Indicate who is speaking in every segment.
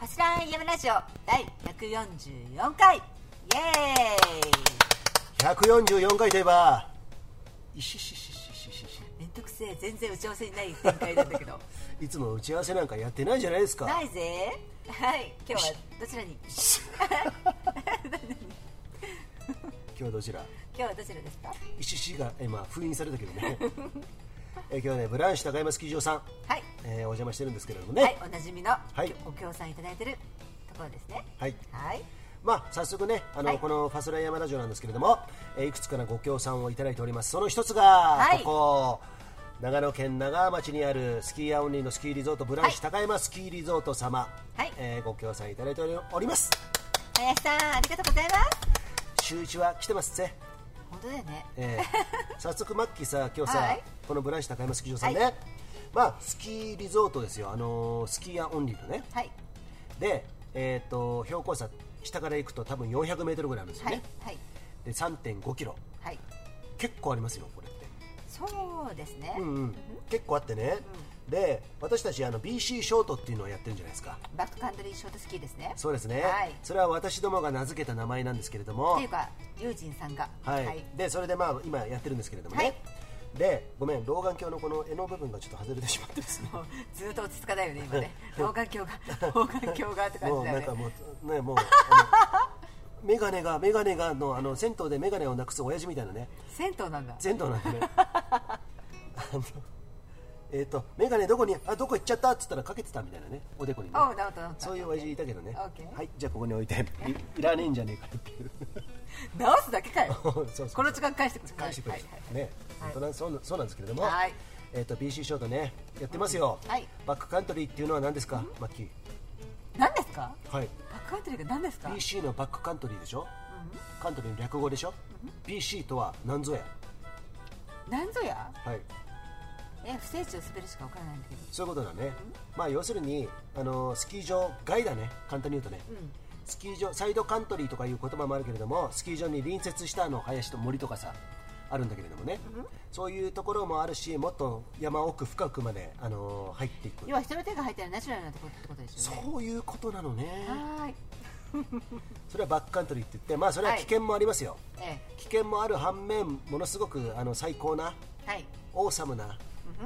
Speaker 1: 柱山ラジオ第144回イエーイ
Speaker 2: 144回といえばいししししししし
Speaker 1: めんどくせえ全然打ち合わせにない展開なんだけど
Speaker 2: いつも打ち合わせなんかやってないじゃ ないですか
Speaker 1: ないぜはい今日はどちらに
Speaker 2: 今日はどちら
Speaker 1: 今日はどちらですか
Speaker 2: いししが今封印されたけどねえ今日はねブランシュ高山スキー場さん、
Speaker 1: はい
Speaker 2: えーお邪魔してるんですけれどもね、
Speaker 1: はいおなじみの、
Speaker 2: い
Speaker 1: ご協賛いただいてるところですね
Speaker 2: はい
Speaker 1: はい
Speaker 2: まあ、早速ねあの、
Speaker 1: はい
Speaker 2: このファスライヤマラジオなんですけれども、えーいくつかのご協賛をいただいておりますその一つが、
Speaker 1: い
Speaker 2: ここ長野県長浜町にあるスキーアオンリーのスキーリゾートブランシュ高山スキーリゾート様、
Speaker 1: はい
Speaker 2: えーご協賛いただいております
Speaker 1: 林さんありがとうございます
Speaker 2: 週一は来てますぜ、
Speaker 1: 本当だよね
Speaker 2: え ー早速マッキーさ今日さ、
Speaker 1: はい
Speaker 2: このブランシュ高山スキー場さんね、
Speaker 1: はい
Speaker 2: まあスキーリゾートですよあのースキーアオンリーのね
Speaker 1: はい
Speaker 2: でえっ、と標高差下から行くと多分400メートルぐらいあるんです
Speaker 1: は
Speaker 2: よね、
Speaker 1: いはい
Speaker 2: で3.5キロ
Speaker 1: はい
Speaker 2: 結構ありますよこれって、
Speaker 1: そうですね、
Speaker 2: うんうん、結構あってね、で私たちあの BC ショートっていうのをやってるじゃないですか
Speaker 1: バックカントリーショートスキーですね
Speaker 2: そうですね、
Speaker 1: はい
Speaker 2: それは私どもが名付けた名前なんですけれども
Speaker 1: っていうか友人さんが
Speaker 2: はいでそれでまあ今やってるんですけれどもね、
Speaker 1: はい
Speaker 2: でごめん老眼鏡のこの柄の部分がちょっと外れてしまってですね
Speaker 1: もうずっと落ち着かないよね今ね 老眼鏡が老眼鏡が って感
Speaker 2: も
Speaker 1: じ
Speaker 2: う
Speaker 1: だよ
Speaker 2: なん
Speaker 1: ね
Speaker 2: かもうねもうあの眼鏡が眼鏡がのあの銭湯で眼鏡をなくす親父みたいなね
Speaker 1: 銭湯なんだ
Speaker 2: 銭湯な んてねあのえっ、と眼鏡どこにあどこ行っちゃったっつったらかけてたみたいなねおでこにね
Speaker 1: おうなるほどなるほど
Speaker 2: そういう親父いたけどね
Speaker 1: OK
Speaker 2: はいじゃあここに置いていいらねえんじゃねえかっていう
Speaker 1: 直すだけかよ
Speaker 2: そうそう
Speaker 1: この時間返してくれ
Speaker 2: 返してくれ
Speaker 1: はい
Speaker 2: る
Speaker 1: はい
Speaker 2: ね
Speaker 1: はい
Speaker 2: 本当なんそうそうなんですけれども
Speaker 1: はい
Speaker 2: えっ、と BC ショートねやってますよ、
Speaker 1: うんはい
Speaker 2: バックカントリーっていうのは何ですかマッキー
Speaker 1: 何ですか
Speaker 2: はい
Speaker 1: バックカントリーが何ですか
Speaker 2: BC のバックカントリーでしょ、カントリーの略語でしょ、BC とは何ぞや
Speaker 1: 何ぞや
Speaker 2: はい
Speaker 1: え不正地を滑るしか分からないんだけど
Speaker 2: そういうことだね、まあ、要するにあのスキー場外だね、簡単に言うとね、スキー場サイドカントリーとかいう言葉もあるけれども、スキー場に隣接したあの林と森とかさ、あるんだけれどもね、そういうところもあるし、もっと山奥深くまで、あの入っていく
Speaker 1: 要、は人の手が入ってるナチュラルなところってことでしょうね
Speaker 2: そういうことなのね、
Speaker 1: はーい
Speaker 2: それはバックカントリーって言って、まあ、それは危険もありますよ、
Speaker 1: え
Speaker 2: 危険もある反面、ものすごくあの最高な、
Speaker 1: えはい
Speaker 2: オーサムな、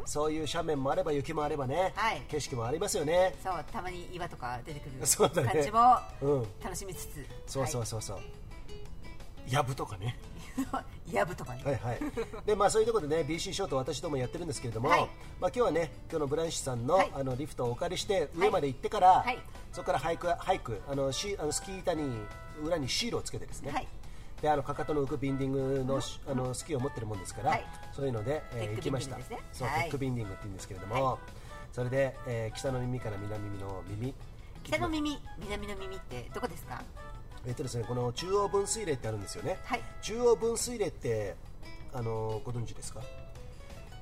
Speaker 2: そういう斜面もあれば、雪もあればね、
Speaker 1: はい
Speaker 2: 景色もありますよね。
Speaker 1: そうたまに岩とか出てくる
Speaker 2: そうだね
Speaker 1: 感じも
Speaker 2: うん
Speaker 1: 楽しみつつ
Speaker 2: そうそう
Speaker 1: は
Speaker 2: そうそう、やぶとかね、
Speaker 1: い やぶとかね
Speaker 2: はいはい、でまあそういうところでね、BC ショート、私どもやってるんですけれども、
Speaker 1: はい
Speaker 2: まあ今日はね、今日のブランシュさんの,、
Speaker 1: はい
Speaker 2: あのリフトをお借りして、上まで行ってから、
Speaker 1: はい
Speaker 2: そこからハイク、ハイクあのシあのスキー板に裏にシールをつけてですね。
Speaker 1: はい
Speaker 2: であのかかとの浮くビンディングの,、あのスキーを持ってるもんですから、
Speaker 1: はい
Speaker 2: そういうので、え
Speaker 1: テッ
Speaker 2: ー
Speaker 1: ク
Speaker 2: 行きました
Speaker 1: ビンディングですね
Speaker 2: そう、
Speaker 1: はい
Speaker 2: テックビンディングって言うんですけれども、
Speaker 1: はい
Speaker 2: それで、えー北の耳から南の耳
Speaker 1: 北の耳南の耳ってどこですか
Speaker 2: えっとですね、この中央分水嶺ってあるんですよね、
Speaker 1: はい
Speaker 2: 中央分水嶺ってあのご存知ですか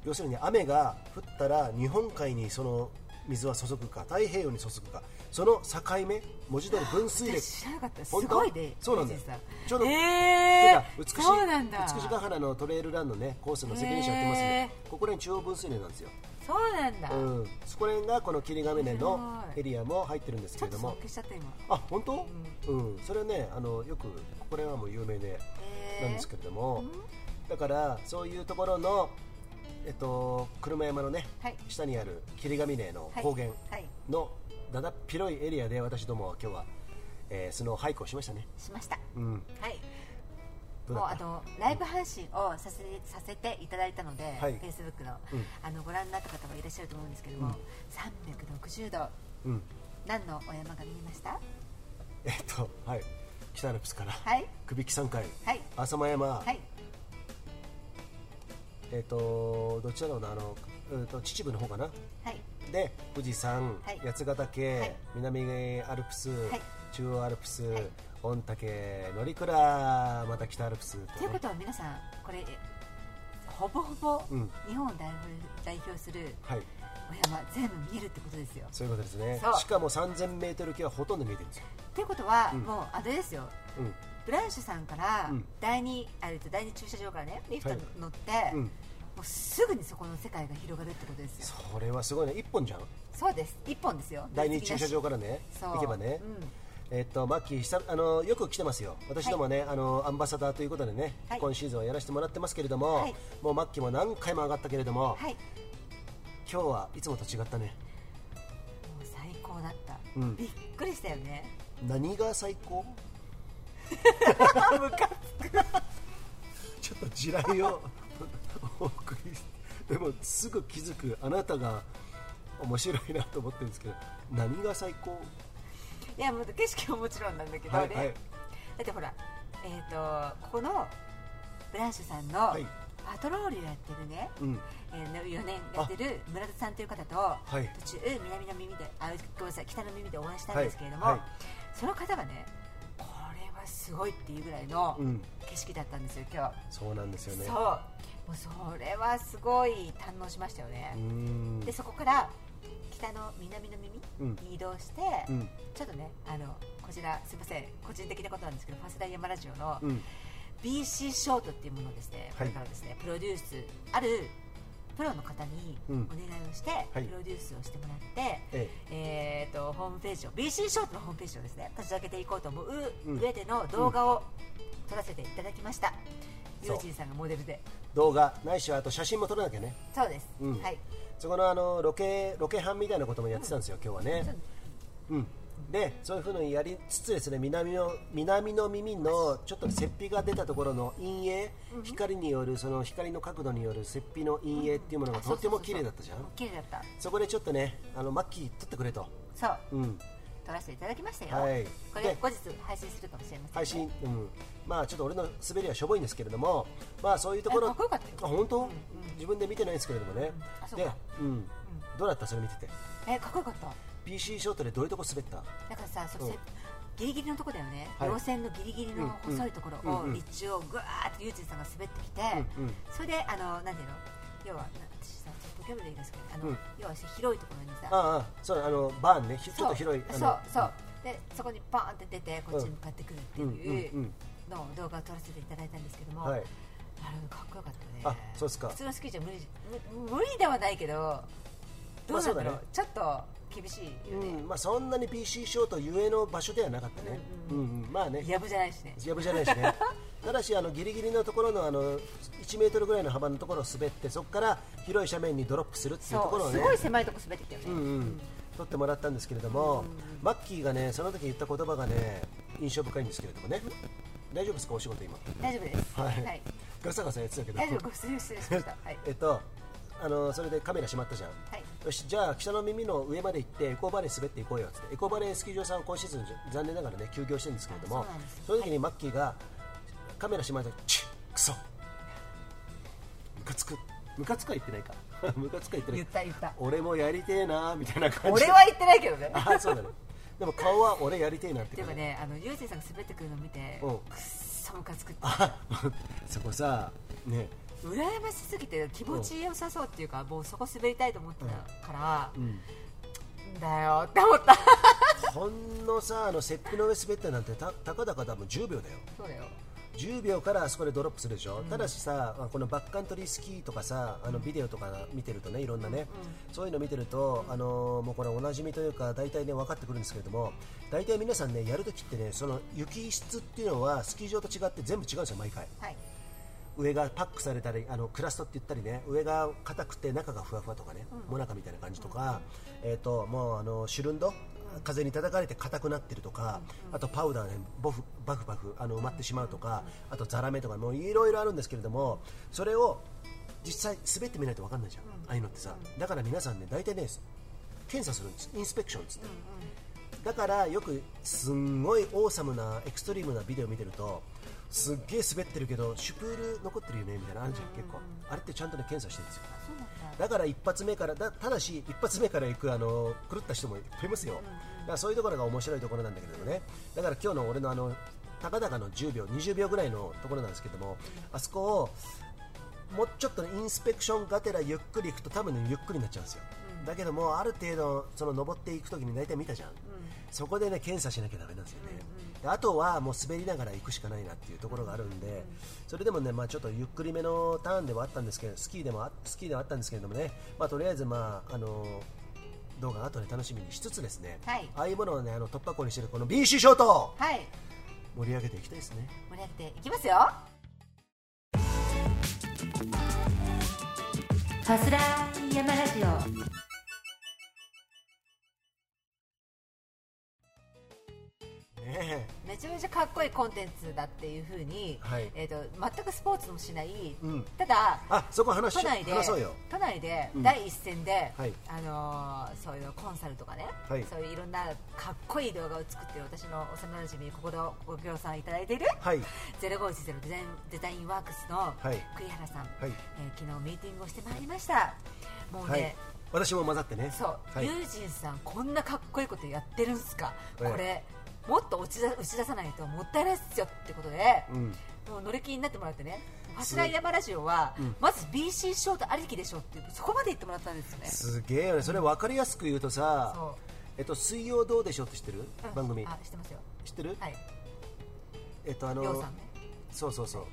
Speaker 2: 要するに雨が降ったら日本海にその水は注ぐか太平洋に注ぐかその境目文字通り分水嶺
Speaker 1: 私知らなかったす
Speaker 2: 本当
Speaker 1: ごいね
Speaker 2: そうなんだよ
Speaker 1: 藤井さ
Speaker 2: ちょうど
Speaker 1: えー
Speaker 2: 美しい
Speaker 1: そうなんだ
Speaker 2: 美しヶ原のトレイルランの、ね、コースの責任者やってますね、ここら辺中央分水嶺なんですよ、
Speaker 1: そうなんだ、
Speaker 2: うん、そこら辺がこの霧ヶ峰の
Speaker 1: すごい
Speaker 2: エリアも入ってるんです
Speaker 1: ち
Speaker 2: け
Speaker 1: ょっ
Speaker 2: れ
Speaker 1: と
Speaker 2: ど
Speaker 1: 尊
Speaker 2: も
Speaker 1: 敬しちゃった今
Speaker 2: あ本当、うんそれはねあのよくこれはもう有名で
Speaker 1: へー
Speaker 2: なんですけれども、だからそういうところの、えっと、車山のね、
Speaker 1: はい
Speaker 2: 下にある霧ヶ峰の
Speaker 1: はい
Speaker 2: 高原
Speaker 1: はい
Speaker 2: のだだっ広いエリアで私どもは今日は、えースノーハイクをしましたね、
Speaker 1: しました
Speaker 2: うん、
Speaker 1: はい
Speaker 2: どう
Speaker 1: もう
Speaker 2: だ
Speaker 1: あ
Speaker 2: った
Speaker 1: のライブ配信をさせさせていただいたので、
Speaker 2: はい
Speaker 1: Facebook の,、
Speaker 2: うん
Speaker 1: あのご覧になった方もいらっしゃると思うんですけども、360度
Speaker 2: うん
Speaker 1: 何のお山が見えました
Speaker 2: えっとはい北アルプスから、
Speaker 1: はい
Speaker 2: 首木山海、
Speaker 1: はい
Speaker 2: 浅間山、
Speaker 1: はい
Speaker 2: えっとどっちだろうなあの、うん、と秩父の方かな
Speaker 1: はい
Speaker 2: で富士山、
Speaker 1: はい
Speaker 2: 八ヶ岳、
Speaker 1: はい
Speaker 2: 南アルプス、
Speaker 1: い
Speaker 2: 中央アルプス、
Speaker 1: い
Speaker 2: 御嶽乗鞍また北アルプスとね
Speaker 1: ということは皆さんこれほぼほぼ
Speaker 2: うん
Speaker 1: 日本を代表代表する
Speaker 2: はい
Speaker 1: お山全部見えるってことですよ
Speaker 2: そういうことですね
Speaker 1: そう
Speaker 2: しかも 3000m 級はほとんど見えてるんですよ、
Speaker 1: ということは、
Speaker 2: うん
Speaker 1: もうあれですよ
Speaker 2: うん
Speaker 1: ブランシュさんから
Speaker 2: うん
Speaker 1: 第二、あれと第二駐車場からねリフトに乗って、
Speaker 2: うん
Speaker 1: もうすぐにそこの世界が広がるってことですよ
Speaker 2: それはすごいね一本じゃん
Speaker 1: そうです一本ですよ
Speaker 2: 第二駐車場からね
Speaker 1: そう
Speaker 2: 行けばね、
Speaker 1: うん
Speaker 2: えっとマッキー久々あのよく来てますよ私どもね、あのアンバサダーということでね、
Speaker 1: はい
Speaker 2: 今シーズンはやらせてもらってますけれども、
Speaker 1: はい
Speaker 2: もうマッキーも何回も上がったけれども、
Speaker 1: はいも
Speaker 2: 今日はいつもと違ったね
Speaker 1: う最高だった、
Speaker 2: うん
Speaker 1: びっくりしたよね
Speaker 2: 何が最 高ちょっと地雷をお送りでもすぐ気づくあなたが面白いなと思ってるんですけど何が最高
Speaker 1: いやもう景色はもちろんなんだけどね、
Speaker 2: はいはい
Speaker 1: だってほらえっ、とここのブランシュさんの
Speaker 2: い
Speaker 1: パトロールをやってるね、
Speaker 2: うん
Speaker 1: えー、4年やってる村田さんという方と
Speaker 2: はい
Speaker 1: 途中南の耳であごめんなさい北の耳でお会いしたんですけれども、
Speaker 2: はいはい
Speaker 1: その方がねこれはすごいっていうぐらいの
Speaker 2: うん
Speaker 1: 景色だったんですよ今
Speaker 2: そうなんですよ
Speaker 1: 日、
Speaker 2: ね
Speaker 1: そうもうそれはすごい堪能しましたよね
Speaker 2: うー、ん
Speaker 1: でそこから北の南の耳
Speaker 2: うん
Speaker 1: に移動して、
Speaker 2: うん
Speaker 1: ちょっとねあのこちらすいません個人的なことなんですけどファスダイヤマラジオの
Speaker 2: うん
Speaker 1: BC ショートっていうものをですね、こ
Speaker 2: はい
Speaker 1: れからですねプロデュースあるプロの方にお
Speaker 2: うん
Speaker 1: 願いをして、
Speaker 2: い
Speaker 1: プロデュースをしてもらって、
Speaker 2: え
Speaker 1: えー、とホームページを BC ショートのホームページをですね立ち上げていこうと思う
Speaker 2: うん
Speaker 1: 上での動画を撮らせていただきました、
Speaker 2: そ
Speaker 1: ユ
Speaker 2: う
Speaker 1: ージンさんがモデルで
Speaker 2: 動画ないしはあと写真も撮らなきゃね
Speaker 1: そうです、
Speaker 2: うん
Speaker 1: はい
Speaker 2: そこのあのロケロケ班みたいなこともやってたんですよ、今日はね。うん、でそういうふうにやりつつですね南の南の耳のちょっと雪皮が出たところの陰影、光によるその光の角度による雪皮の陰影っていうものが
Speaker 1: あそ
Speaker 2: と
Speaker 1: う
Speaker 2: って
Speaker 1: そうそう
Speaker 2: も綺麗だったじゃん。
Speaker 1: 綺麗だった
Speaker 2: そこでちょっとねあのマッキー撮ってくれと、
Speaker 1: そう
Speaker 2: うん、
Speaker 1: 撮らせていただきましたよ、
Speaker 2: はい
Speaker 1: こ
Speaker 2: で
Speaker 1: れ後日配信するかもしれませんね
Speaker 2: 配信、うん、まあちょっと俺の滑りはしょぼいんですけれどもまあそういうとこ
Speaker 1: え
Speaker 2: ろ
Speaker 1: かっこよかったよ
Speaker 2: あ本当、
Speaker 1: うんうん
Speaker 2: 自分で見てないんですけれどもね、
Speaker 1: あそう
Speaker 2: で
Speaker 1: か、
Speaker 2: うん、どうだったそれ見てて
Speaker 1: えかっこよかった
Speaker 2: PC ショートでどういうとこ滑った
Speaker 1: だからさ、そ
Speaker 2: うん
Speaker 1: せギリギリのとこだよね、
Speaker 2: はい
Speaker 1: 稜線のギリギリの細いところ
Speaker 2: うん
Speaker 1: を
Speaker 2: うんうん
Speaker 1: 立地をぐわーってユージンさんが滑ってきて、
Speaker 2: うんうん
Speaker 1: それであのなんていうの要はな私さちょっと興味でいいですけどあの、
Speaker 2: うん
Speaker 1: 要は広いところにさ
Speaker 2: ああそうあのバーンねひちょっと広いあ
Speaker 1: そう
Speaker 2: の
Speaker 1: そうそうでそこにバーンって出てこっちに向かってくるって
Speaker 2: うん
Speaker 1: いう
Speaker 2: うんうん
Speaker 1: のを動画を撮らせていただいたんですけども、
Speaker 2: はい
Speaker 1: なるほどかっこよかったね
Speaker 2: あそうっすか
Speaker 1: 普通のスキーじゃ無理じ無無理ではないけどどうなんだろう,、
Speaker 2: まあそうだね
Speaker 1: ちょっと厳しいよね、
Speaker 2: うんまあ、そんなに PC ショートゆえの場所ではなかったね、うんうんまあね
Speaker 1: やぶじゃないしね
Speaker 2: やぶじゃないし ねただしあのギリギリのところのあの1メートルぐらいの幅のところを滑ってそこから広い斜面にドロップするっていうところ
Speaker 1: そ
Speaker 2: を
Speaker 1: う
Speaker 2: ね
Speaker 1: すごい狭いとこ滑ってきたよね、
Speaker 2: うんうん、撮ってもらったんですけれども、マッキーがねその時言った言葉がね印象深いんですけれどもね大丈夫ですかお仕事今
Speaker 1: 大丈夫です
Speaker 2: はい、 ガサガサやってたけど
Speaker 1: 大丈夫ご失礼失礼しましたはい
Speaker 2: えっとあのそれでカメラ閉まったじゃん、
Speaker 1: はい
Speaker 2: よしじゃあ北の耳の上まで行ってエコーバレー滑っていこうよっつってエコーバレースキー場さんは今シーズン残念ながらね休業してるんですけれども
Speaker 1: あそうなんですよ
Speaker 2: その時にマッキーがカメラ閉まるとチックソムカつくムカつくは言ってないか ムカつくは言ってな
Speaker 1: 言った
Speaker 2: い
Speaker 1: 言 った
Speaker 2: 俺もやりてえなみたいな感じ
Speaker 1: 俺
Speaker 2: で
Speaker 1: は言ってないけどね
Speaker 2: あそうだねでも顔は俺やりてえなって
Speaker 1: で
Speaker 2: 感
Speaker 1: も
Speaker 2: じ
Speaker 1: ねあのユージさんが滑ってくるのを見て
Speaker 2: うん
Speaker 1: くっそムカつくって
Speaker 2: あそこさね
Speaker 1: 羨ましすぎて気持ち良さそうっていうかもうそこ滑りたいと思ってたから、
Speaker 2: うん
Speaker 1: んだよって思った
Speaker 2: ほんのさあの雪皮の上滑ったなんてたたかだか多分10秒だよ
Speaker 1: そうだよ
Speaker 2: 10秒からあそこでドロップするでしょ、ただしさあこのバックカントリースキーとかさあのビデオとか見てるとねいろんなね、そういうの見てると、あのーもうこれおなじみというか大体ね分かってくるんですけれども大体皆さんねやるときってねその雪質っていうのはスキー場と違って全部違うんですよ毎回
Speaker 1: はい
Speaker 2: 上がパックされたりあのクラストって言ったりね上が硬くて中がふわふわとかね、モナカみたいな感じとか、えっ、ともうあのシュルンド風に叩かれて硬くなってるとか、あとパウダーねボフバフバフあの埋まってしまうとか、あとザラメとかもういろいろあるんですけれどもそれを実際滑ってみないと分かんないじゃん、ああいうのってさ、だから皆さんね大体ね検査するんですインスペクションっつって、だからよくすんごいオーサムなエクストリームなビデオ見てるとすっげえ滑ってるけどシュプール残ってるよねみたいなのあるじゃん結構あれってちゃんとね検査してるんですよ
Speaker 1: そうなんだ
Speaker 2: だから一発目からだただし一発目から行くあの狂った人もいっぱいいますよだからそういうところが面白いところなんだけれどもねだから今日の俺のあのたかだかの10秒20秒ぐらいのところなんですけどもあそこをもうちょっとねインスペクションがてらゆっくり行くと多分ねゆっくりになっちゃうんですよ、だけどもある程度その登っていく時に大体見たじゃん、そこでね検査しなきゃだめなんですよね、であとはもう滑りながら行くしかないなっていうところがあるんで、それでもね、まあ、ちょっとゆっくりめのターンではあったんですけどスキーでもあスキーではあったんですけれどもね、まあ、とりあえず、まあ、あの動画後で楽しみにしつつですね、
Speaker 1: はい
Speaker 2: ああいうものをねあの突破口にしてるこの BC ショート
Speaker 1: はい
Speaker 2: 盛り上げていきたいですね
Speaker 1: 盛り上げていきますよ
Speaker 3: さすらい山ラジオ
Speaker 2: ね
Speaker 1: めちゃめちゃかっこいいコンテンツだっていうふうに、
Speaker 2: はい
Speaker 1: えー、と全くスポーツもしない、
Speaker 2: うん
Speaker 1: ただ
Speaker 2: あそこ話し
Speaker 1: 都内で
Speaker 2: 話そうよ
Speaker 1: 都内で
Speaker 2: うん
Speaker 1: 第一線で、
Speaker 2: はい
Speaker 1: あのーそういうコンサルとかね、
Speaker 2: はい
Speaker 1: そういういろんなかっこいい動画を作ってる私の幼なじみここでご協賛いただいている
Speaker 2: はい
Speaker 1: 0510デザインデザインワークスの
Speaker 2: はい
Speaker 1: 栗原さん、
Speaker 2: はい
Speaker 1: えー昨日ミーティングをしてまいりましたもうね、
Speaker 2: はい私も混ざってね
Speaker 1: そう、
Speaker 2: はい
Speaker 1: ユージンさんこんなかっこいいことやってるんすか、
Speaker 2: ええ
Speaker 1: これもっと打ち出打ち出さないともったいないっすよってことで、
Speaker 2: うん
Speaker 1: もう乗り気になってもらってね
Speaker 2: す
Speaker 1: 柱山ラジオは、
Speaker 2: うん
Speaker 1: まず BC ショートありきでしょっていうそこまで言ってもらったんですよね
Speaker 2: すげえよねそれ分かりやすく言うとさ
Speaker 1: そ
Speaker 2: 「えっと、水曜どうでしょう」って知ってる
Speaker 1: ううん
Speaker 2: 番組
Speaker 1: あ知ってますよ
Speaker 2: 知ってる
Speaker 1: はい
Speaker 2: えっとあ
Speaker 1: りょう
Speaker 2: の
Speaker 1: さんね
Speaker 2: そうそうそう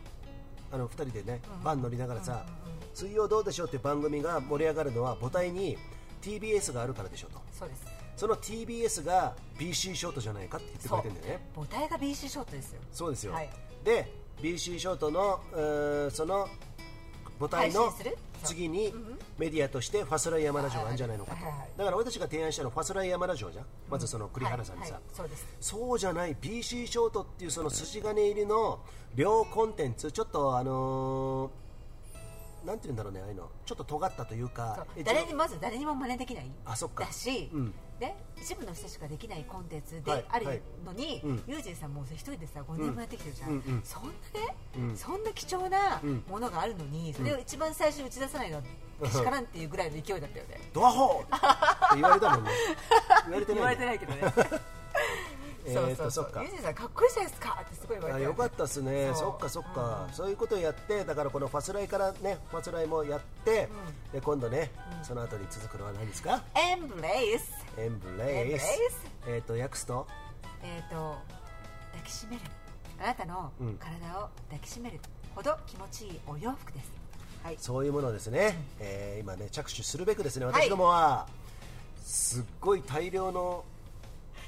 Speaker 2: あの2人でね
Speaker 1: うん
Speaker 2: バン乗りながらさ
Speaker 1: うんうんうん
Speaker 2: 「水曜どうでしょう」っていう番組が盛り上がるのは母体に TBS があるからでしょうと
Speaker 1: そうです
Speaker 2: その TBS が BC ショートじゃないかって言ってくれてるんだよね
Speaker 1: 母体が BC ショートですよ
Speaker 2: そうですよ、
Speaker 1: はい
Speaker 2: で BC ショートのうーその母体の
Speaker 1: 配信する
Speaker 2: 次にメディアとしてファスライヤマラジオがあるんじゃないのかと
Speaker 1: はいはいはい
Speaker 2: だから私が提案したのはファスライヤマラジオじゃんまずその栗原さんにさ、
Speaker 1: はいはいそうです
Speaker 2: そうじゃない BC ショートっていうその筋金入りの両コンテンツちょっとあのーなんて言うんだろうねああいうのちょっと尖ったという
Speaker 1: そ
Speaker 2: か
Speaker 1: う
Speaker 2: エッジの
Speaker 1: 誰にまず誰にも真似できない
Speaker 2: あそっか
Speaker 1: だし、
Speaker 2: うん
Speaker 1: ね、一部の人しかできないコンテンツで
Speaker 2: はい
Speaker 1: あるのに、
Speaker 2: うん
Speaker 1: ユージンさんも一人でさ5年もやってきてるじゃん、
Speaker 2: うんうん
Speaker 1: そんなね、
Speaker 2: うん
Speaker 1: そんな貴重な
Speaker 2: うん
Speaker 1: ものがあるのに、それを一番最初に打ち出さないのはけしからんっていうぐらいの勢いだったよね
Speaker 2: ドアホーって言われたもん ね言われて
Speaker 1: 言わ
Speaker 2: ない
Speaker 1: れて
Speaker 2: ね
Speaker 1: ないけどね
Speaker 2: え
Speaker 1: そ
Speaker 2: ー
Speaker 1: う
Speaker 2: っ
Speaker 1: そうそ
Speaker 2: とそうっか
Speaker 1: ユージンさんかっこいいじゃないですかってすごい言われ
Speaker 2: あ
Speaker 1: てよ
Speaker 2: よ
Speaker 1: ね
Speaker 2: かったですね、
Speaker 1: そう
Speaker 2: そっかそっか、そういうことをやって、だからこのファスライからね、ファスライもやって、で今度ね、その後に続くのは何ですか、
Speaker 1: エンブレイス
Speaker 2: エンブ
Speaker 1: エンブ
Speaker 2: レ
Speaker 1: レ
Speaker 2: イ
Speaker 1: イ
Speaker 2: ス
Speaker 1: ス、
Speaker 2: えっ、と、訳すと、
Speaker 1: えっ、と抱きしめるあなたの
Speaker 2: うん
Speaker 1: 体を抱きしめるほど気持ちいいお洋服です、はい
Speaker 2: そういうものですね、えー今ね、着手するべくですね、私どもは、すっごい大量の、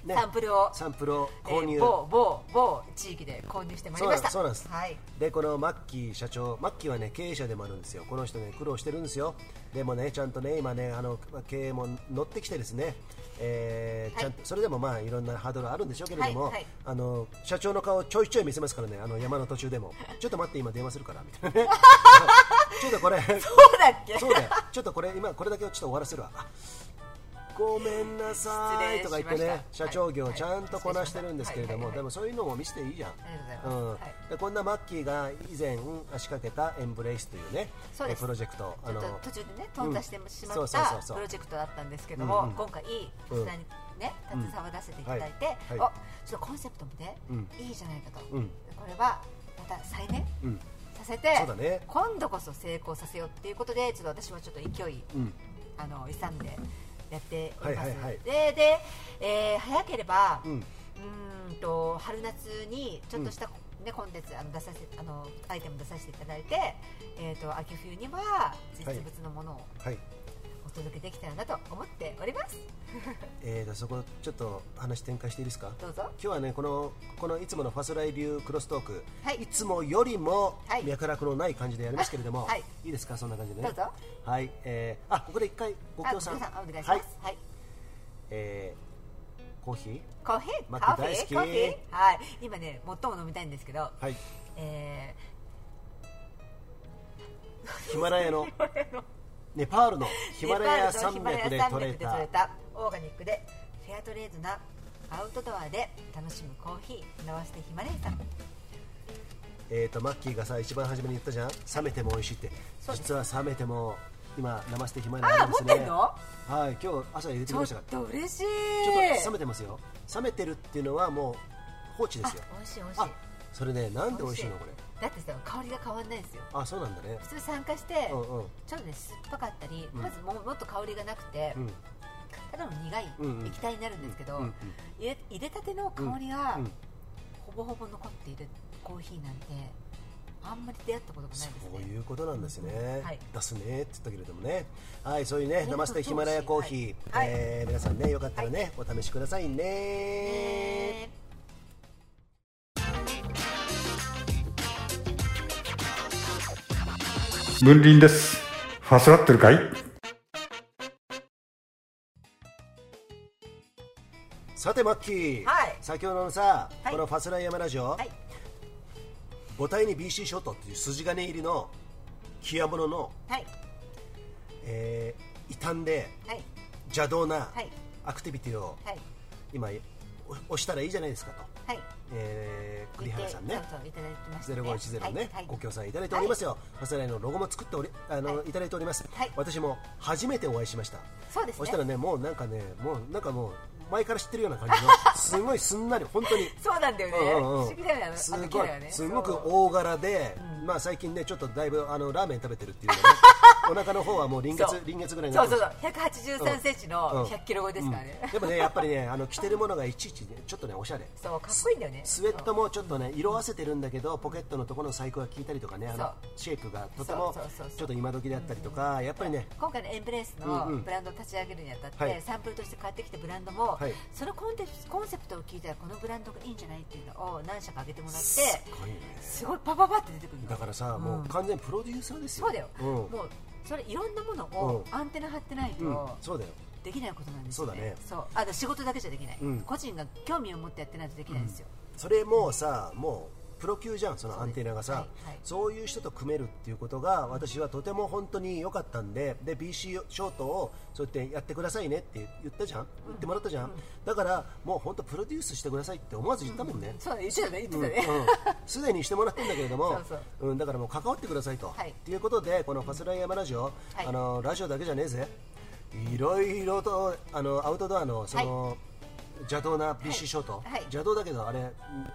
Speaker 2: ね
Speaker 1: サンプルを
Speaker 2: サンプルを購入、
Speaker 1: えー某某某地域で購入してまいりました
Speaker 2: そうなんですそう
Speaker 1: はい
Speaker 2: でこのマッキー社長、マッキーはね経営者でもあるんですよ、この人ね苦労してるんですよ、でもねちゃんとね今ねあの経営も乗ってきてですね、えー
Speaker 1: はい
Speaker 2: ちゃんとそれでもまあいろんなハードルあるんでしょうけれども、
Speaker 1: はいはい
Speaker 2: あの社長の顔ちょいちょい見せますからね、あの山の途中でも、ちょっと待って今電話するからみた いなね、ちょっとこれ
Speaker 1: そうだっけ
Speaker 2: そうだよ、ちょっとこれ、今、これだけをちょっと終わらせるわ。あごめんなさいとか言って
Speaker 1: 失礼しま
Speaker 2: ね
Speaker 1: し、た
Speaker 2: 社長業
Speaker 1: はい
Speaker 2: ちゃんとこなしてるんですけれども、
Speaker 1: はいはいはい
Speaker 2: でもそういうのも見せていいじゃん
Speaker 1: りが。とうございます
Speaker 2: うん
Speaker 1: はい
Speaker 2: でこんなマッキーが以前仕掛けたエンブレイスというね、
Speaker 1: そうです
Speaker 2: えプロジェクト、
Speaker 1: ちょっと途中でね頓挫して
Speaker 2: うん
Speaker 1: し
Speaker 2: そ
Speaker 1: ま
Speaker 2: う
Speaker 1: っ
Speaker 2: そうそう
Speaker 1: た
Speaker 2: そう
Speaker 1: プロジェクトだったんですけど
Speaker 2: うん
Speaker 1: も
Speaker 2: うん
Speaker 1: 今回
Speaker 2: うん
Speaker 1: こちらにね携わらせていただいて
Speaker 2: うん
Speaker 1: おち
Speaker 2: は
Speaker 1: ょ
Speaker 2: い
Speaker 1: っとコンセプトもね
Speaker 2: うん
Speaker 1: いいじゃないかと
Speaker 2: うん
Speaker 1: これはまた再燃
Speaker 2: うん
Speaker 1: させて
Speaker 2: そうだね
Speaker 1: 今度こそ成功させようっていうことでちょっと私はちょっと勢い
Speaker 2: うん
Speaker 1: あの勇んでやっております、
Speaker 2: はいはいはい
Speaker 1: でで、えー早ければ、
Speaker 2: う
Speaker 1: うんん、と春夏にちょっとした、ねコンテンツあの出させあのアイテム出させていただいて、えー、と秋冬には実物のものを
Speaker 2: はい
Speaker 1: お届けできたらなと思っております、
Speaker 2: えーとそこちょっと話展開していいですか
Speaker 1: どうぞ
Speaker 2: 今日はねこのこのいつものファスライ流クロストーク、
Speaker 1: はい
Speaker 2: い、つもよりも
Speaker 1: はい
Speaker 2: 脈絡のない感じでやりますけれども、
Speaker 1: あはい
Speaker 2: い、いですかそんな感じでね
Speaker 1: どうぞ
Speaker 2: はい、えー、あここで一回ご協賛
Speaker 1: あお願いします、
Speaker 2: は
Speaker 1: はいい
Speaker 2: えー、コーヒー
Speaker 1: コーヒー
Speaker 2: マ
Speaker 1: カ
Speaker 2: ック
Speaker 1: フェ
Speaker 2: 大好き
Speaker 1: コーヒーはい今ね最も飲みたいんですけど、
Speaker 2: はい
Speaker 1: え
Speaker 2: ヒマラヤの
Speaker 1: ー、これの
Speaker 2: ネパールのヒマラヤ
Speaker 1: ネパー
Speaker 2: 山
Speaker 1: ルのヒマラヤ
Speaker 2: 脈で取れた
Speaker 1: 山脈で取れたオーガニックでフェアトレードなアウトドアで楽しむコーヒー飲ませてヒマラヤさん
Speaker 2: えーとマッキーがさ一番初めに言ったじゃん冷めても美味しいって
Speaker 1: そうです
Speaker 2: 実は冷めても今生してヒマラヤ
Speaker 1: あ
Speaker 2: な
Speaker 1: あ
Speaker 2: んで
Speaker 1: 持
Speaker 2: す
Speaker 1: っ
Speaker 2: ね
Speaker 1: てんの
Speaker 2: はい今日朝入れて
Speaker 1: ち
Speaker 2: き
Speaker 1: ょ
Speaker 2: ま
Speaker 1: っ
Speaker 2: したから
Speaker 1: と嬉しい
Speaker 2: ちょっと冷めてますよ冷めてるっていうのはもう放置ですよ
Speaker 1: あ美味しい美味しい
Speaker 2: あそれねなんで美味しいのこれ
Speaker 1: だってさ香りが変わんないんですよ
Speaker 2: あそうなんだね
Speaker 1: 普通酸化して、
Speaker 2: うんうん
Speaker 1: ちょっとね酸っぱかったり、
Speaker 2: うん
Speaker 1: まずももっと香りがなくて、
Speaker 2: うん
Speaker 1: ただの苦い
Speaker 2: うんうん
Speaker 1: 液体になるんですけど、
Speaker 2: うんうん
Speaker 1: 入れ入れたての香りが
Speaker 2: うん
Speaker 1: ほぼほぼ残っているコーヒーなんてあんまり出会ったことがないです
Speaker 2: そう
Speaker 1: ね
Speaker 2: いうことなんですね、
Speaker 1: はい
Speaker 2: 出すねって言ったけれどもね、はい、そういうね、
Speaker 1: 本当
Speaker 2: 生ステヒマラヤコーヒー、
Speaker 1: はい
Speaker 2: えー皆さんね、よかったらね、お試しくださいね
Speaker 1: え
Speaker 4: 文林です。ファスラってるかい
Speaker 2: さて、マッキー、
Speaker 1: はい
Speaker 2: 先ほどのさ、
Speaker 1: はい
Speaker 2: このファスライヤマラジオ、
Speaker 1: はい
Speaker 2: 母体に BC ショットっていう筋金入りの、キアモノの、
Speaker 1: ーはい
Speaker 2: えー異端で
Speaker 1: はい
Speaker 2: 邪道な
Speaker 1: はい
Speaker 2: アクティビティを
Speaker 1: はい
Speaker 2: 今、お押したらいいじゃないですかと、
Speaker 1: はい
Speaker 2: えー栗原さん
Speaker 1: そ
Speaker 2: ね
Speaker 1: う。そういただきましたね
Speaker 2: 0510ね、
Speaker 1: はい
Speaker 2: ご協賛いただいておりますよ、ファスライのロゴも作っておりあの、
Speaker 1: はい
Speaker 2: い、ただいております、
Speaker 1: はい
Speaker 2: 私も初めてお会いしました、
Speaker 1: そうです
Speaker 2: そ
Speaker 1: ね
Speaker 2: したらね、もうなんかね、もうなんかもう前から知ってるような感 じの、すごいすんなり、本当に。
Speaker 1: そうなんだよね、
Speaker 2: うんうんうん
Speaker 1: 不思議だよねあの
Speaker 2: す
Speaker 1: あのキ
Speaker 2: ご
Speaker 1: ャ
Speaker 2: い
Speaker 1: ラはね
Speaker 2: すごく
Speaker 1: そう
Speaker 2: 大柄で、まあ最近ねちょっとだいぶあのラーメン食べて るっていうのねお腹の方はもう臨
Speaker 1: そ
Speaker 2: 月
Speaker 1: う
Speaker 2: 臨月ぐらいに
Speaker 1: そ
Speaker 2: な
Speaker 1: う
Speaker 2: って
Speaker 1: そう
Speaker 2: ます
Speaker 1: そう183センチの
Speaker 2: うん
Speaker 1: 100キロ超えですからね、
Speaker 2: でもねやっぱり ねあの着てるものがいちいちねちょっとねおしゃれ
Speaker 1: そうかっこいいんだよね
Speaker 2: スウェットもちょっとね色あせてるんだけどポケットのところの細工が効いたりとかねあ
Speaker 1: そ
Speaker 2: の
Speaker 1: う
Speaker 2: シェイクがとても
Speaker 1: そうそうそうそう
Speaker 2: ちょっと今時だったりとかやっぱりね
Speaker 1: 今回のエンブレース
Speaker 2: う
Speaker 1: の
Speaker 2: んうん
Speaker 1: ブランドを立ち上げるにあたって、
Speaker 2: はい
Speaker 1: サンプルとして買ってきたブランドも、
Speaker 2: はい
Speaker 1: そのコンテプコンセプトを聞いたらこのブランドがいいんじゃないっていうのを何社か挙げてもらって
Speaker 2: すごいね
Speaker 1: すごいパパパって出てくるの
Speaker 2: だからさ
Speaker 1: うん
Speaker 2: もう完全にプロデューサーですよ
Speaker 1: そうだよ、
Speaker 2: ん
Speaker 1: もうそれいろんなものを
Speaker 2: うん
Speaker 1: アンテナ張ってないうと、
Speaker 2: んそうだよ
Speaker 1: できないことなんですよ
Speaker 2: そうだね
Speaker 1: そうあの仕事だけじゃできない、
Speaker 2: うん
Speaker 1: 個人が興味を持ってやってないとできないんですよ、
Speaker 2: それもさもうプロ級じゃんその
Speaker 1: そう
Speaker 2: ア
Speaker 1: です
Speaker 2: ンテナがさ、
Speaker 1: はいはい
Speaker 2: そういう人と組めるっていうことが私はとても本当に良かったんでで BC ショートをそうやってやってくださいねって言ったじゃん言ってもらったじゃん、だからもう本当プロデュースしてくださいって思わず言ったもんね、
Speaker 1: そう言ってたね言ってたね、
Speaker 2: うんうんすでにしてもらってんだけれども
Speaker 1: そう
Speaker 2: うん、だからもう関わってくださいと、
Speaker 1: はい
Speaker 2: ということでこの「パスライヤマラジオ」
Speaker 1: はい
Speaker 2: あのラジオだけじゃねえぜいろいろとあのアウトドアのその、邪道な BC ショート、
Speaker 1: はいはい
Speaker 2: 邪道だけどあれうん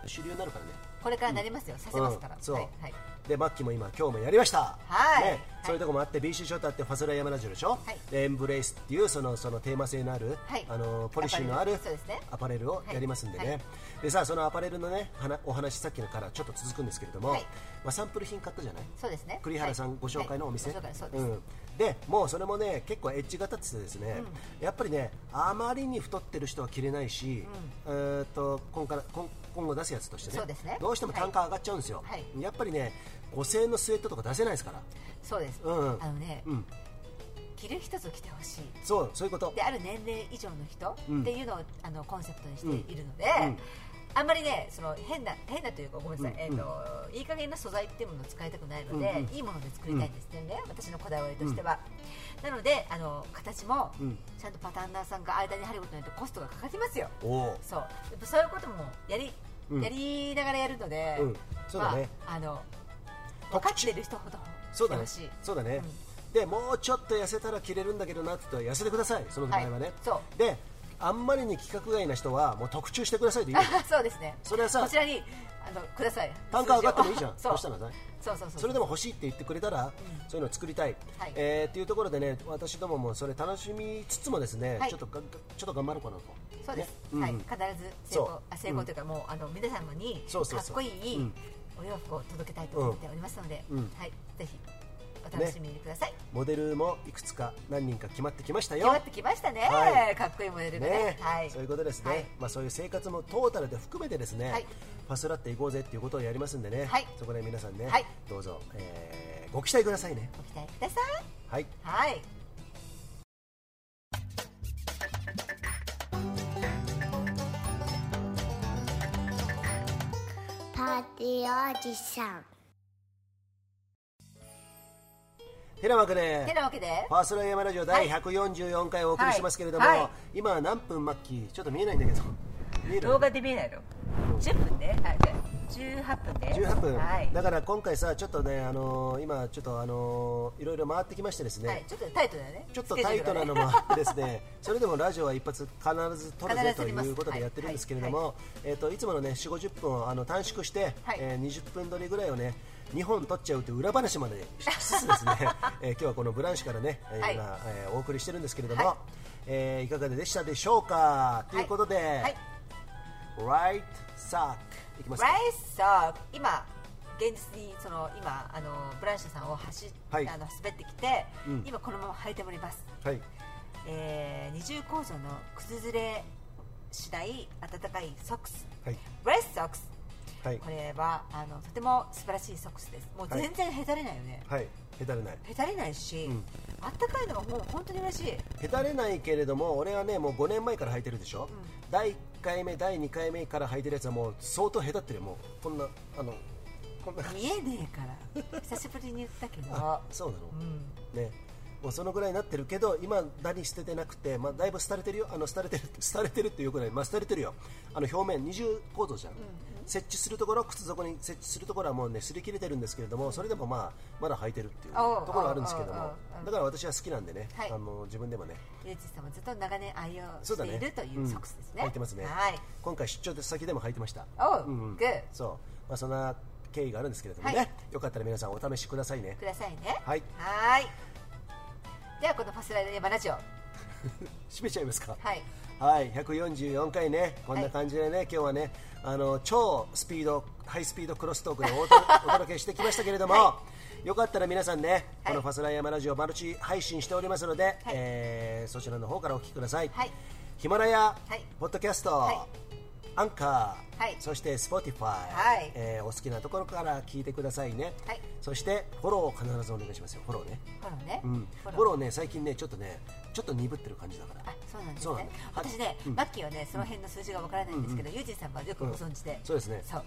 Speaker 2: 主流になるからね
Speaker 1: これからなりますよ、させますから、
Speaker 2: うんそう、
Speaker 1: はいはい
Speaker 2: でマッキーも今今日もやりました
Speaker 1: はい
Speaker 2: ね
Speaker 1: はい
Speaker 2: そういうとこもあって BC ショートあってファスライヤマラジオでしょ、
Speaker 1: はい
Speaker 2: でエンブレイスっていうそのそのテーマ性のある、
Speaker 1: はい
Speaker 2: あのポリシーのある
Speaker 1: アパレルそうですね
Speaker 2: アパレルをやりますんでね、
Speaker 1: はいはい
Speaker 2: でさあそのアパレルのね話お話さっきのからちょっと続くんですけれども、
Speaker 1: はい
Speaker 2: まあ、サンプル品買ったじゃない
Speaker 1: そうですね
Speaker 2: 栗原さ
Speaker 1: は
Speaker 2: ん
Speaker 1: い
Speaker 2: ご紹介のお店、
Speaker 1: はいご紹介そうです、
Speaker 2: ん、でもうそれもね結構エッジが立っててですね、やっぱりねあまりに太ってる人は着れないし、えーっと今から今今後出すやつとしてね
Speaker 1: そうですね
Speaker 2: どうしても単価上がっちゃうんですよ、
Speaker 1: はい
Speaker 2: やっぱりね5000円のスウェットとか出せないですから、
Speaker 1: そうです、
Speaker 2: うん
Speaker 1: あのね、
Speaker 2: うん、
Speaker 1: 着る人と着てほしい
Speaker 2: そうそういうこと
Speaker 1: である年齢以上の人
Speaker 2: ん
Speaker 1: っていうのを、あのコンセプトにしているので、
Speaker 2: ん
Speaker 1: あんまりねその変な変なというかごめんなさい、
Speaker 2: うん
Speaker 1: えー、といい加減な素材っていうものを使いたくないので、
Speaker 2: うんうん
Speaker 1: いいもので作りたいんですね、私のこだわりとしては、なのであの形も
Speaker 2: うん
Speaker 1: ちゃんとパターンナーさんが間に入ることによってコストがかかりますよ
Speaker 2: おお
Speaker 1: そうやっぱそういうこともやり,、
Speaker 2: うん
Speaker 1: やりながらやるので、
Speaker 2: うんそうだね
Speaker 1: まあ、あの分
Speaker 2: 特
Speaker 1: かっ
Speaker 2: 注
Speaker 1: てる人ほど
Speaker 2: そう
Speaker 1: 着て
Speaker 2: だね
Speaker 1: ほしい。
Speaker 2: そうだね、でもうちょっと痩せたら着れるんだけどなって言ったら痩せてくださいその場合は
Speaker 1: は
Speaker 2: ね、
Speaker 1: いそ
Speaker 2: であんまりに規格外な人はもう特注してくださいでいいよ
Speaker 1: そうですね。
Speaker 2: それはさ
Speaker 1: こちらにあのください。
Speaker 2: 単価上がってもいいじゃん
Speaker 1: そう
Speaker 2: そしたらね
Speaker 1: そうそうそう。
Speaker 2: それでも欲しいって言ってくれたら、そういうのを作りたい、
Speaker 1: はい
Speaker 2: えーっていうところでね私どももそれ楽しみつつもですね、
Speaker 1: はい
Speaker 2: ちょっとがちょっと頑張ろうかなと
Speaker 1: そうです。
Speaker 2: ね
Speaker 1: はい。
Speaker 2: うんうん
Speaker 1: 必ず成
Speaker 2: そう
Speaker 1: 功あ成功というかもうあの皆様に
Speaker 2: そう
Speaker 1: か
Speaker 2: そう
Speaker 1: っ
Speaker 2: そう
Speaker 1: こいい
Speaker 2: うん
Speaker 1: お洋服を届けたいと思っておりますので
Speaker 2: うんうん、
Speaker 1: はいぜひお楽しみにください。
Speaker 2: モデルもいくつか何人か決まってきました
Speaker 1: 決
Speaker 2: よ
Speaker 1: まってきましたね
Speaker 2: はい。
Speaker 1: かっこいいモデルが
Speaker 2: ね
Speaker 1: ね。はい
Speaker 2: そう。いうことですね、
Speaker 1: はい
Speaker 2: まあ、そういう生活もトータルで含めてですね、
Speaker 1: はい
Speaker 2: ファスラっていこうぜっていうことをやりますんでね、
Speaker 1: はい
Speaker 2: そこで皆さんね、
Speaker 1: はい
Speaker 2: どうぞ、えーご期待くださいね
Speaker 1: ご期待ください。
Speaker 2: はい
Speaker 1: はい。
Speaker 5: パーティーおじさん
Speaker 2: てなわけで
Speaker 1: てなわけで
Speaker 2: ファーストライヤマラジオ第144回お送りしますけれども、
Speaker 1: はいはい
Speaker 2: 今は何分マッキーちょっと見えないんだけど見える
Speaker 1: 動画で見えないの。10分で、はい、じゃあ18分で、
Speaker 2: 18分、
Speaker 1: はい。
Speaker 2: だから今回さちょっとねあのー今ちょっとあのーいろいろ回ってきましてですね、
Speaker 1: はい、ちょっとタイトだよね。
Speaker 2: ちょっとタイトなのもあってですね それでもラジオは一発必ず撮るぜ
Speaker 1: 必ず
Speaker 2: と
Speaker 1: 撮ります
Speaker 2: いうことでやってるんですけれども、
Speaker 1: はい
Speaker 2: えー、といつものね4 5 0分をあの短縮して、
Speaker 1: はい
Speaker 2: えー20分撮りぐらいをね2本撮っちゃうという裏話 までしつつですね、えー今日はこの「ブランシュ」からね、えー
Speaker 1: はい
Speaker 2: 今、えーお送りしてるんですけれども、
Speaker 1: はい
Speaker 2: えーいかがでしたでしょうかということで、
Speaker 1: はい、
Speaker 2: Right Sock いきますか
Speaker 1: ライスさ今現実にその今あのブランシェさんを走っ、
Speaker 2: はい
Speaker 1: あの滑ってきて、
Speaker 2: うん
Speaker 1: 今このまま履いております、
Speaker 2: はい
Speaker 1: えー、二重構造の靴ずれしない暖かいソックス
Speaker 2: はい
Speaker 1: ブレスソックス
Speaker 2: はい
Speaker 1: これはあのとても素晴らしいソックスですもう全然へたれないよね、
Speaker 2: はいへたれない
Speaker 1: へたれないし、
Speaker 2: うん
Speaker 1: あったかいのがもう本当に嬉しい
Speaker 2: へたれないけれども俺はねもう5年前から履いてるでしょ、
Speaker 1: ん
Speaker 2: 第1回目第2回目から履いてるやつはもう相当へたってるよもうこんなあのこんな
Speaker 1: 見えねえから久しぶりに言ったけど
Speaker 2: あそうなの、
Speaker 1: うん
Speaker 2: ねもうそのぐらいになってるけど今だに捨ててなくて、まあ、だいぶ廃れてるよあの廃れてる 廃れてるっていうくらい、まあ、廃れてるよあの表面二重構造じゃん、設置するところ靴底に設置するところはもうね擦り切れてるんですけれどもそれでもまあまだ履いてるっていうと
Speaker 1: おう
Speaker 2: ころはあるんですけど
Speaker 1: おうおう
Speaker 2: も
Speaker 1: おう
Speaker 2: だから私は好きなんでね、
Speaker 1: はい
Speaker 2: あの自分でもね
Speaker 1: ゆうちさんもずっと長年愛用
Speaker 2: そう
Speaker 1: し
Speaker 2: だ
Speaker 1: てい
Speaker 2: ね
Speaker 1: るというソックスですね、
Speaker 2: うん履いてますね
Speaker 1: はい
Speaker 2: 今回出張で先でも履いてました
Speaker 1: おう
Speaker 2: うんうん
Speaker 1: グー
Speaker 2: そう、まあ、そんな経緯があるんですけれどもね、
Speaker 1: はい
Speaker 2: よかったら皆さんお試しくださいね
Speaker 1: くださいね
Speaker 2: はい
Speaker 1: はーいではこの「ファスライド山ラジオ」
Speaker 2: 閉めちゃいますか
Speaker 1: はい
Speaker 2: はい、144回ね、こんな感じでね、今日はね、あの超スピード、ハイスピードクロストークで おとお届けしてきましたけれども、よかったら皆さんね、
Speaker 1: はい
Speaker 2: このファスライヤマラジオマルチ配信しておりますので、
Speaker 1: はい
Speaker 2: えーそちらの方からお聞きください。
Speaker 1: はい
Speaker 2: ヒマラヤ、
Speaker 1: はい
Speaker 2: ポッドキャスト、
Speaker 1: はい
Speaker 2: アンカー、
Speaker 1: はい
Speaker 2: そしてスポティファイ、
Speaker 1: はい
Speaker 2: えーお好きなところから聞いてくださいね。
Speaker 1: はい
Speaker 2: そしてフォローを必ずお願いしますよ、フォローね。
Speaker 1: フォローね、
Speaker 2: うん、フォローね、最近ね、ちょっとね、ちょっと鈍ってる感じだから。
Speaker 1: あそうなんです
Speaker 2: そうなん
Speaker 1: ね
Speaker 2: だ
Speaker 1: 私ね、
Speaker 2: うん
Speaker 1: マッキーはねその辺の数字がわからないんですけど、ユージさんはよくご存知で、
Speaker 2: そうですね
Speaker 1: そう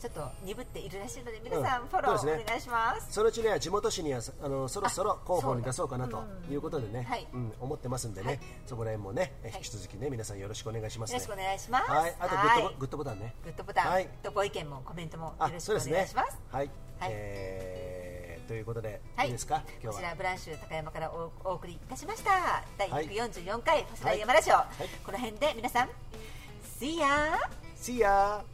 Speaker 1: ちょっと鈍っているらしいので皆さ
Speaker 2: うん
Speaker 1: んフォロ
Speaker 2: そうです
Speaker 1: ー
Speaker 2: ね
Speaker 1: お願いします、
Speaker 2: そのうちね地元紙にはあのそろそろ広報に出そうかなと
Speaker 1: そうだうん
Speaker 2: いうことでね、
Speaker 1: はい
Speaker 2: うん、思ってますんでね、
Speaker 1: はい
Speaker 2: そこら辺もねえ
Speaker 1: い
Speaker 2: 引き続きね皆さんよろしくお願いします
Speaker 1: よろ
Speaker 2: ね
Speaker 1: しくお願いします
Speaker 2: はいあとグッドボ
Speaker 1: はい
Speaker 2: グッドボタンね
Speaker 1: グッドボタン、
Speaker 2: はい
Speaker 1: とご意見もコメントもよ
Speaker 2: あ
Speaker 1: ろしく
Speaker 2: そ
Speaker 1: お
Speaker 2: う
Speaker 1: 願い
Speaker 2: です
Speaker 1: し
Speaker 2: ね
Speaker 1: ます
Speaker 2: はい、
Speaker 1: はい
Speaker 2: えーということで、、
Speaker 1: はい
Speaker 2: いですか今
Speaker 1: こ
Speaker 2: 日
Speaker 1: ち
Speaker 2: は
Speaker 1: らブランシュ高山からおお送りいたしました第
Speaker 2: はい
Speaker 1: 144回「ファスライヤマラジオ」
Speaker 2: い
Speaker 1: この辺で皆さん See ya!
Speaker 2: See ya!